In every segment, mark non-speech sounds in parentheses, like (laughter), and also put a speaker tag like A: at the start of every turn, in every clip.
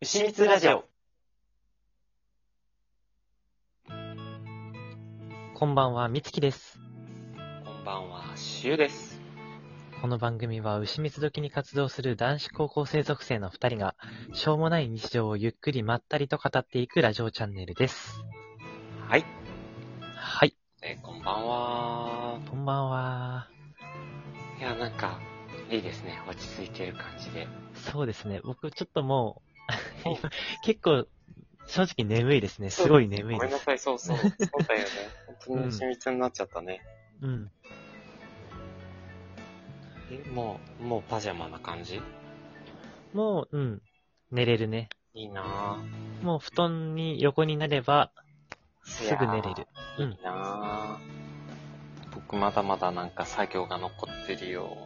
A: 牛蜜ラジオ。
B: こんばんは、みつきです。
A: こんばんは、しゅうです。
B: この番組は牛蜜時に活動する男子高校生属性の二人が、しょうもない日常をゆっくりまったりと語っていくラジオチャンネルです。
A: はい。
B: はい、
A: えーこんばんは。
B: こんばんは。
A: いや、なんか、いいですね。落ち着いてる感じで。
B: そうですね、僕ちょっともう
A: お、
B: 結構、正直眠いですね。 (laughs) すごい眠い
A: ごめん
B: で
A: な
B: す。
A: さい、そうそう。そうだよね。本当に親密になっちゃったね。
B: うん。
A: えもう、もうパジャマな感じ
B: もう、うん、寝れるね。
A: いいな
B: もう布団に横になれば、
A: ぁ。
B: すぐ寝れる。
A: いうや
B: ん
A: ー。いいなぁ。僕まだまだなんか作業が残ってるよ。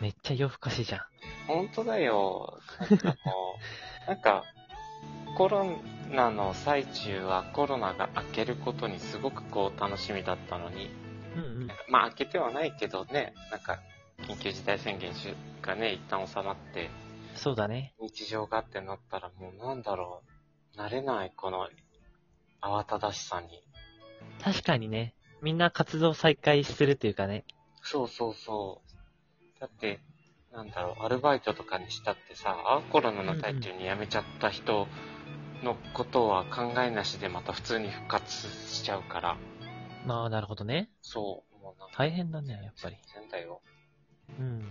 B: めっちゃ夜更かしじゃん。
A: 本当だよ。なんかもう、なんか、コロナの最中はコロナが明けることにすごくこう楽しみだったのに、
B: うんうん。
A: まあ明けてはないけどね、なんか緊急事態宣言がね、一旦収まって、
B: そうだね。
A: 日常がってなったらもうなんだろう、慣れないこの慌ただしさに。
B: 確かにね、みんな活動再開するというかね。
A: そうそうそう。だって、なんだろう、アルバイトとかにしたってさ、コロナの最中に辞めちゃった人のことは考えなしでまた普通に復活しちゃうから、
B: まあ、なるほどね。
A: そう、もうなんか、
B: 大変だね、やっぱり。
A: 全然だよ。
B: うん。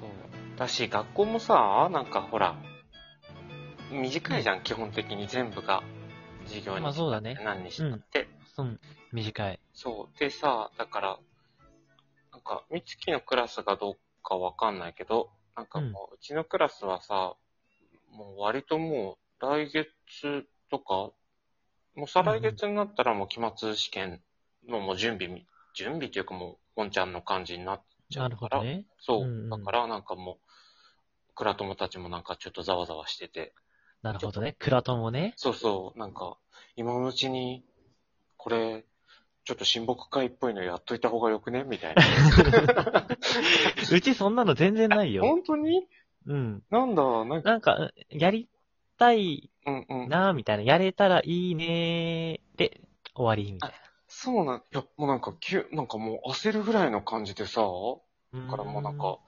A: そう。だし、学校もさ、なんかほら、短いじゃん、基本的に全部が。授業に
B: まあ、
A: した
B: そう
A: っ
B: だ
A: て
B: ね。
A: 何にしたって。
B: うん。短い。
A: そう。でさ、だから、なんか、みつきのクラスがどうかわかんないけど、なんかもう、うちのクラスはさ、もう割ともう、来月とか、もう再来月になったらもう期末試験のもう準備み、準備というかもう、本ちゃんの感じになっちゃ
B: な
A: う
B: るほ
A: から、
B: どね。
A: そう、
B: うんうん
A: だからなんかもう、倉友たちもなんかちょっとざわざわしてて、
B: なるほどね。クラトンもね。
A: そうそう、なんか、今のうちに、これ、ちょっと親睦会っぽいのやっといた方がよくねみたい
B: (laughs)
A: な。
B: うちそんなの全然ないよ。
A: 本当に
B: うん。
A: なんだ、なんか、
B: なんか、やりたい
A: うんうん。
B: なぁ、みたいな。やれたらいいねーで、終わり、みたい
A: そうなん、いや、もうなんか、急、なんかもう焦るぐらいの感じでさ、
B: な。
A: だからもうなんか、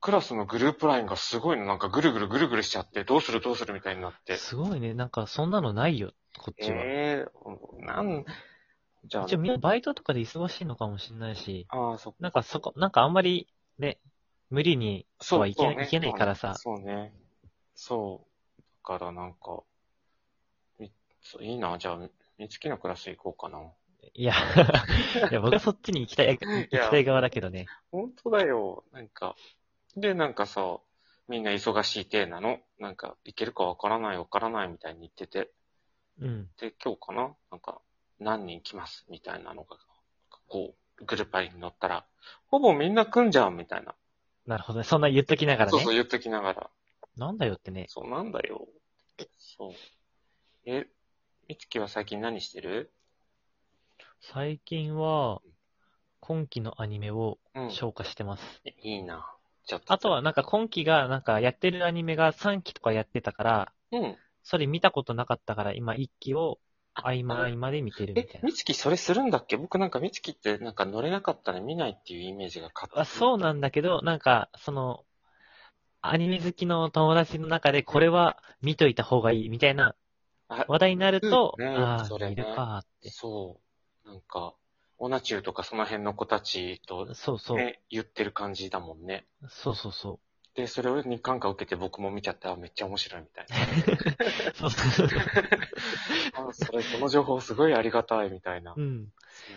A: クラスのグループラインがすごいの、なんかぐるぐるぐるぐるしちゃって、どうするどうするみたいになっ
B: う
A: て
B: ん。。すごいね。なんか、そんなのないよ、こっちは。
A: えー、なん、じゃあ
B: 一応、みんなバイトとかで忙しいのかもしれないし、
A: ああ、そっか
B: なんかそこ、なんかあんまり、ね、無理に
A: そう
B: はいけ
A: そうね
B: いけないからさ
A: そうね。そう。だからなんか、みそういいな、じゃあ、みみつきのクラス行こうかな。
B: いや、 (laughs) いや僕はそっちに行き
A: (laughs)
B: たい、行き
A: や
B: たい側だけどね。
A: 本当だよ、なんか。で、なんかさ、みんな忙しい体なの。なんか、行けるかわからないわからないみたいに言ってて。
B: うん。
A: で、今日かななんか、何人来ますみたいなのが、こう、グループラインに乗ったら、ほぼみんな来んじゃんみたいな。
B: なるほどね。そんな言っときながら
A: そう
B: ね
A: そう。言っときながら。
B: なんだよってね。
A: そうなんだよ。そう。え、みつきは最近何してる
B: 最近は、今期のアニメを
A: うん。
B: 消化してます。
A: えいいな。ちょっと。
B: あとは、なんか今期が、なんかやってるアニメが3期とかやってたから、
A: うん。
B: それ見たことなかったから、今1期を合間合間で見てるみ
A: え
B: たい、な。
A: みつきそれするんだっけ僕なんかみつきってなんか乗れなかったら見ないっていうイメージが勝手に
B: あそうなんだけど、なんか、その、アニメ好きの友達の中でこれは見といた方がいいみたいな
A: あ
B: 話題になると、
A: うんね
B: あ
A: そ
B: あ、
A: れね
B: 見るかーって。
A: そう。なんか、オナチューとかその辺の子たちと、
B: そうそう。
A: ね、言ってる感じだもんね。
B: そうそうそ。
A: で、それを2巻か受けて僕も見ちゃって、あ、めっちゃ面白いみたいう
B: (laughs) そうそうそう。
A: な。あ、それ、その情報すごいありがたいみたいな。
B: うん。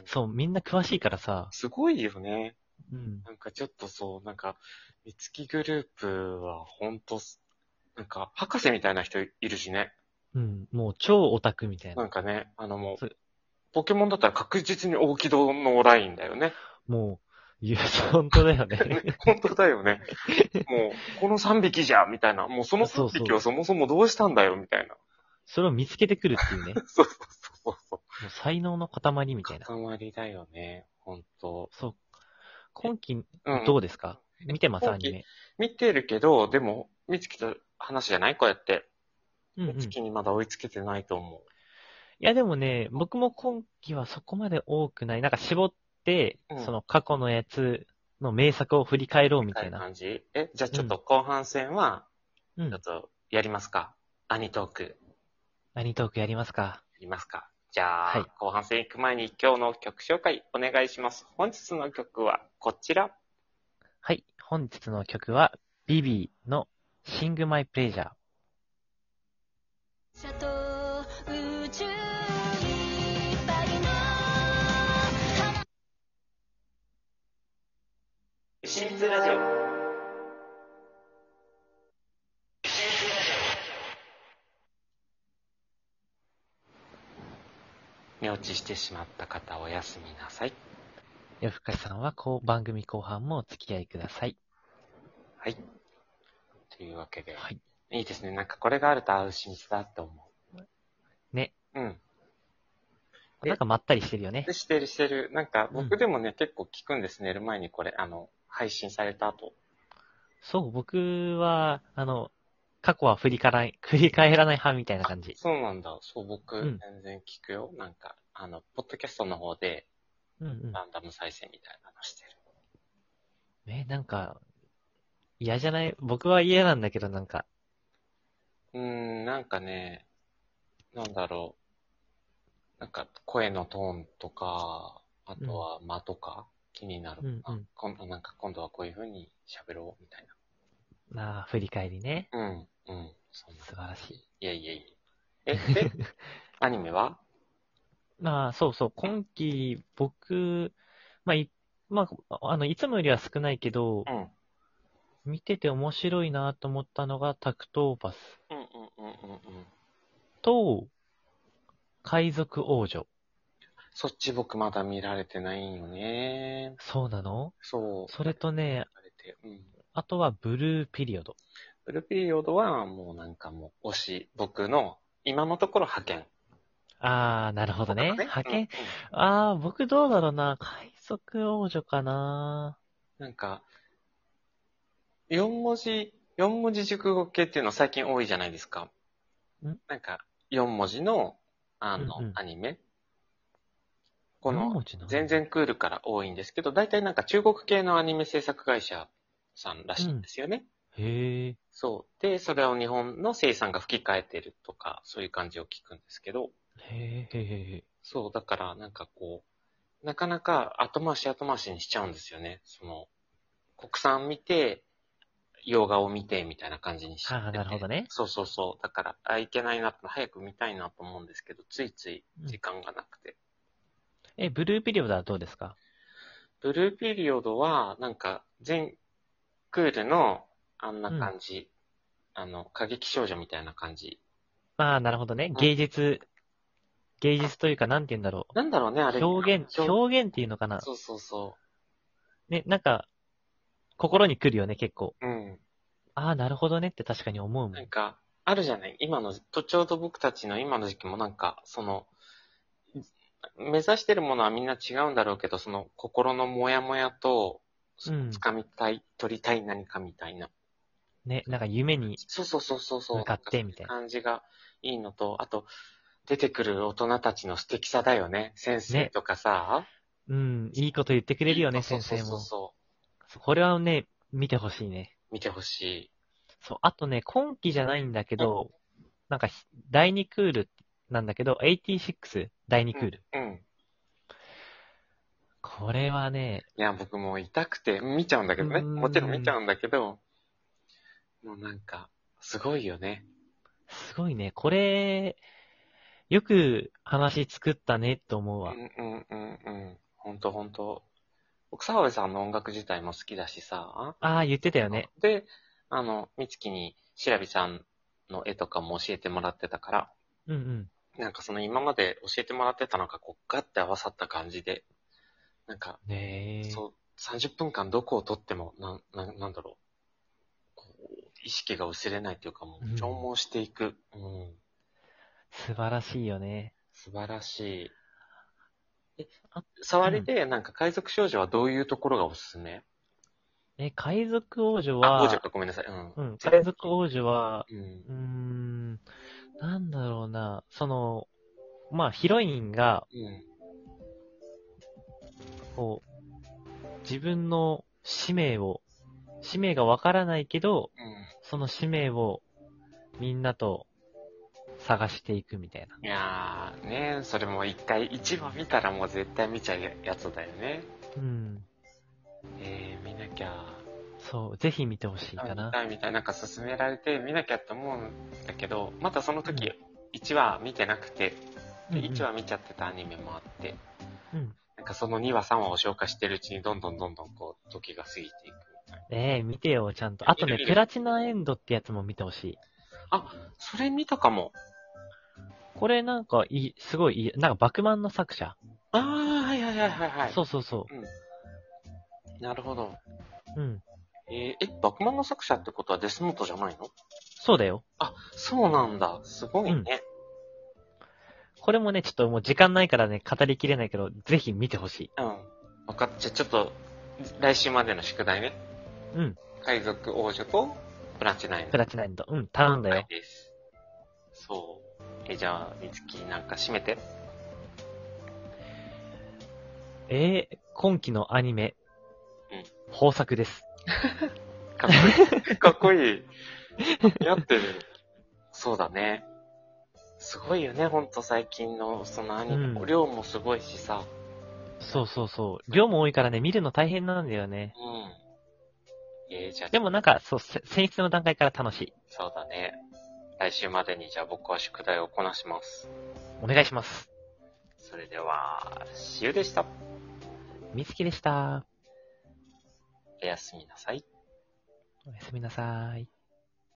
B: そう、みんな詳しいからさ。
A: すごいよね。
B: うん。
A: なんかちょっとそう、なんか、三月グループはほんと、なんか、博士みたいな人いるしね。
B: うん。もう超オタクみたい
A: な
B: な。
A: んかね、あのも
B: そうう、
A: ポケモンだったら確実に大木戸のラインだよね。 (laughs)
B: もう、いや、本当だよね。
A: ね本当だよね。もう、この3匹じゃ、みたいな。もうその3匹をそもそもどうしたんだよ、みたいな。
B: それを見つけてくるっていうね。も
A: そうそうそうそう。
B: う才能の塊みたいな。
A: 塊だよね、本当
B: そう。今期、
A: うん。
B: どうですか見てます
A: 今
B: ア
A: 期
B: ニメ。
A: 見てるけど、でも、みつきと話じゃないこうやって。
B: うん、う
A: み
B: ん。
A: つ
B: い
A: きにまだ追いつけてないと思
B: や、でもね、僕も今期はそこまで多くない。なんか絞って、
A: うん
B: その過去のやつの名作を振り返ろ
A: う。
B: う
A: み
B: み
A: た
B: た
A: い
B: い
A: な
B: な。
A: 感じえ、じゃあちょっと後半戦は、ち
B: う
A: ょ
B: ん
A: っ。とやりますか、アニトーク、や
B: アニトークやりますか。
A: りますかじゃあ、
B: はい
A: 後半戦行く前に今日の曲紹介お願いします。本日の曲はこちら。
B: はい。本日の曲は、ビビーの Sing My Pleasure。
C: 社と宇宙いっぱいの
A: シーズラジオ。寝落ちしてしまった方おやすみなさい。
B: 夜更かしさんはこう番組後半もお付き合いください。
A: はい。というわけで。
B: はい。
A: いいですね。なんかこれがあると合う秘密だって思う。
B: ね。
A: うん。で
B: なんかまったりしてるよね
A: で。してるしてる。なんか
B: うん
A: 僕でもね、結構聞くんです。寝る前にこれ、あの、配信された後。
B: そう、僕は、あの、過去は振りから振り返らない (laughs) 派みたいな感じ。
A: そうなんだ。そう、僕、
B: うん
A: 全然聞くよ。なんか、あの、ポッドキャストの方で、
B: うんうん。
A: ランダム再生みたいなのしてる。
B: え、なんか、嫌じゃない僕は嫌なんだけど、なんか。
A: うーん、なんかね、なんだろう。なんか、声のトーンとか、あとは間とか、気になるかな、
B: うんうん
A: 今度、なんか今度はこういう風に喋ろう、みたい
B: ああ、振り返りね。
A: な。うん、うん、そんな。
B: 素晴らしい。
A: いやいやいや。え、
B: (laughs)
A: で、アニメは
B: まあ、そうそう、今期、僕、まあ、い、まあ、あの、いつもよりは少ないけど、
A: うん。うん
B: 見てて面白いなと思ったのが、タクトーパス
A: うんうんうんうん。
B: と、海賊王女。
A: そっち僕まだ見られてないんよね。
B: そうなの
A: そう。
B: それとね、
A: 見られてうん。
B: あとはブルーピリオド。
A: ブルーピリオドはもうなんかもう推し、僕の今のところ派遣。
B: ああ、なるほどね。
A: とか
B: 派
A: うんう
B: 遣
A: ん。
B: ああ、僕どうだろうな。海賊王女かな。
A: なんか、四文字、四文字熟語系っていうの最近多いじゃないですか。
B: ん
A: なんか、四文字の、あの、
B: うんうん
A: アニメ。この
B: 四文字、なの
A: 全然クールから多いんですけど、大体なんか中国系のアニメ制作会社さんらしいんですよね。
B: へえ。
A: そう。で、それを日本の生産が吹き替えてるとか、そういう感じを聞くんですけど、
B: へえ、へえ、へえ。
A: そう、だからなんかこう、なかなか後回し後回しにしちゃうんですよね。その、国産見て、洋画を見て、みたいな感じにしちゃって
B: ああ、
A: て
B: なるほどね。
A: そうそうそう。だから、あ、いけないな、早く見たいなと思うんですけど、ついつい時間がなくて。
B: え、ブルーピリオドはどうですか
A: ブルーピリオドは、なんか、全クールの、あんな感じ、あの、過激少女みたいな感じ。
B: まあ、なるほどね。芸術、芸術というか、なんて言うんだろ
A: なんだろうね、あれ。
B: う。表現、表現っていうのかな。
A: そうそうそ
B: ね、なんか、心に来るよね、結構。
A: う。うん。
B: ああ、なるほどねって確かに思うも
A: なん
B: ん。
A: か、あるじゃない今の、とちょうど僕たちの今の時期もなんか、その、目指してるものはみんな違うんだろうけど、その心のモヤモヤと、そ
B: うん
A: の掴みたい、取りたい何かみたいな。
B: ね、なんか夢に、
A: そうそうそうそうそう。
B: 向かってみたい
A: んかそうう感じがいいのと、あと、出てくる大人たちの素敵さだよね。先生とかさ。
B: うん、いいこと言ってくれるよね、
A: そう
B: 先
A: そう
B: 生
A: そう
B: も。
A: そ
B: そうこれはね、見てほしいね。
A: う。見てほしい。
B: そう、あとね、今期じゃないんだけど、なんかひ、第2クールなんだけど、86、第2クール。
A: うん。
B: これはね、
A: いや、僕もう痛くて、見ちゃうんだけどね。
B: うーん
A: もちろん見ちゃうんだけど、もうなんか、すごいよね。
B: すごいね。これ、よく話作ったねと思う
A: う
B: わ。
A: んうんうんうん。ほんとほんと。僕、澤部さんの音楽自体も好きだしさ。
B: ああ、言ってたよね。
A: で、あの、美月に、しらびさんの絵とかも教えてもらってたから、
B: うんうん。
A: なんかその今まで教えてもらってたのが、こう、ガッて合わさった感じで、なんか、
B: ねえ。
A: そう、30分間どこを取っても、なん、なんなんだろう。こう、意識が薄れないというか、も
B: うん
A: う、消耗していく。うん。
B: 素晴らしいよね。
A: 素晴らしい。え
B: あ、
A: 触りで、なんか海賊少女はどういうところがおすすめ
B: え、海賊王女
A: あ、
B: は、
A: 王女か、ごめんなさい。うん。
B: うん、海賊王女は、
A: うん
B: うーん、なんだろうな、その、まあ、ヒロインが、
A: うん。
B: こう、自分の使命を、使命がわからないけど、その使命をみんなと探していくみたいな。
A: うん。いやー、ねそれも一回、一話見たらもう絶対見ちゃうやつだよね。
B: うん。
A: えー、見なきゃ。
B: そう、ぜひ見てほしいか
A: 見
B: な。
A: たいみたいなんか勧められて見なきゃって思うんだけど、またその時、1話見てなくて、
B: うん
A: で1話見ちゃってたアニメもあって、
B: うん。
A: なんかその2話3話を消化してるうちにどんどんどんどんこう、時が過ぎていくみたいな。
B: ええ見てよ、ちゃんと。あとね
A: 見る見、る
B: プラチナエンドってやつも見てほしい。
A: あ、それ見たかも。
B: これなんかいい、すごいいい、なんかバクマンの作者。
A: あー、はいはいはいはいはい。
B: そうそうそ
A: なるほど。
B: う。うん。
A: えー、え、バクマンの作者ってことはデスノートじゃないの
B: そうだよ。
A: あ、そうなんだ。すごいね。
B: うんこれもね、ちょっともう時間ないからね、語りきれないけど、ぜひ見てほしい。
A: うん。分かっちゃあちょっと、来週までの宿題ね。
B: うん。
A: 海賊王女とプラチナイン
B: プラチナエンド。うん、頼んだよ。
A: です。そう。え、じゃあ、みつきなんか締めて。
B: ええ今期のアニメ。
A: うん
B: 豊作です。
A: かっこ
B: (laughs)
A: いい。かっこいい。似合ってる。そうだね。すごいよね、ほんと最近の、そのアニメ、
B: うん
A: 量もすごいしさ。
B: そうそうそう。量も多いからね、見るの大変なんだよね。
A: うん。えーじゃあ、
B: でもなんか、そう、せ選出の段階から楽しい。
A: そうだね。来週までに、じゃあ僕は宿題をこなします。
B: お願いします。
A: それでは、See you でした。
B: みつきでした。
A: おやすみなさい。
B: おやすみなさい。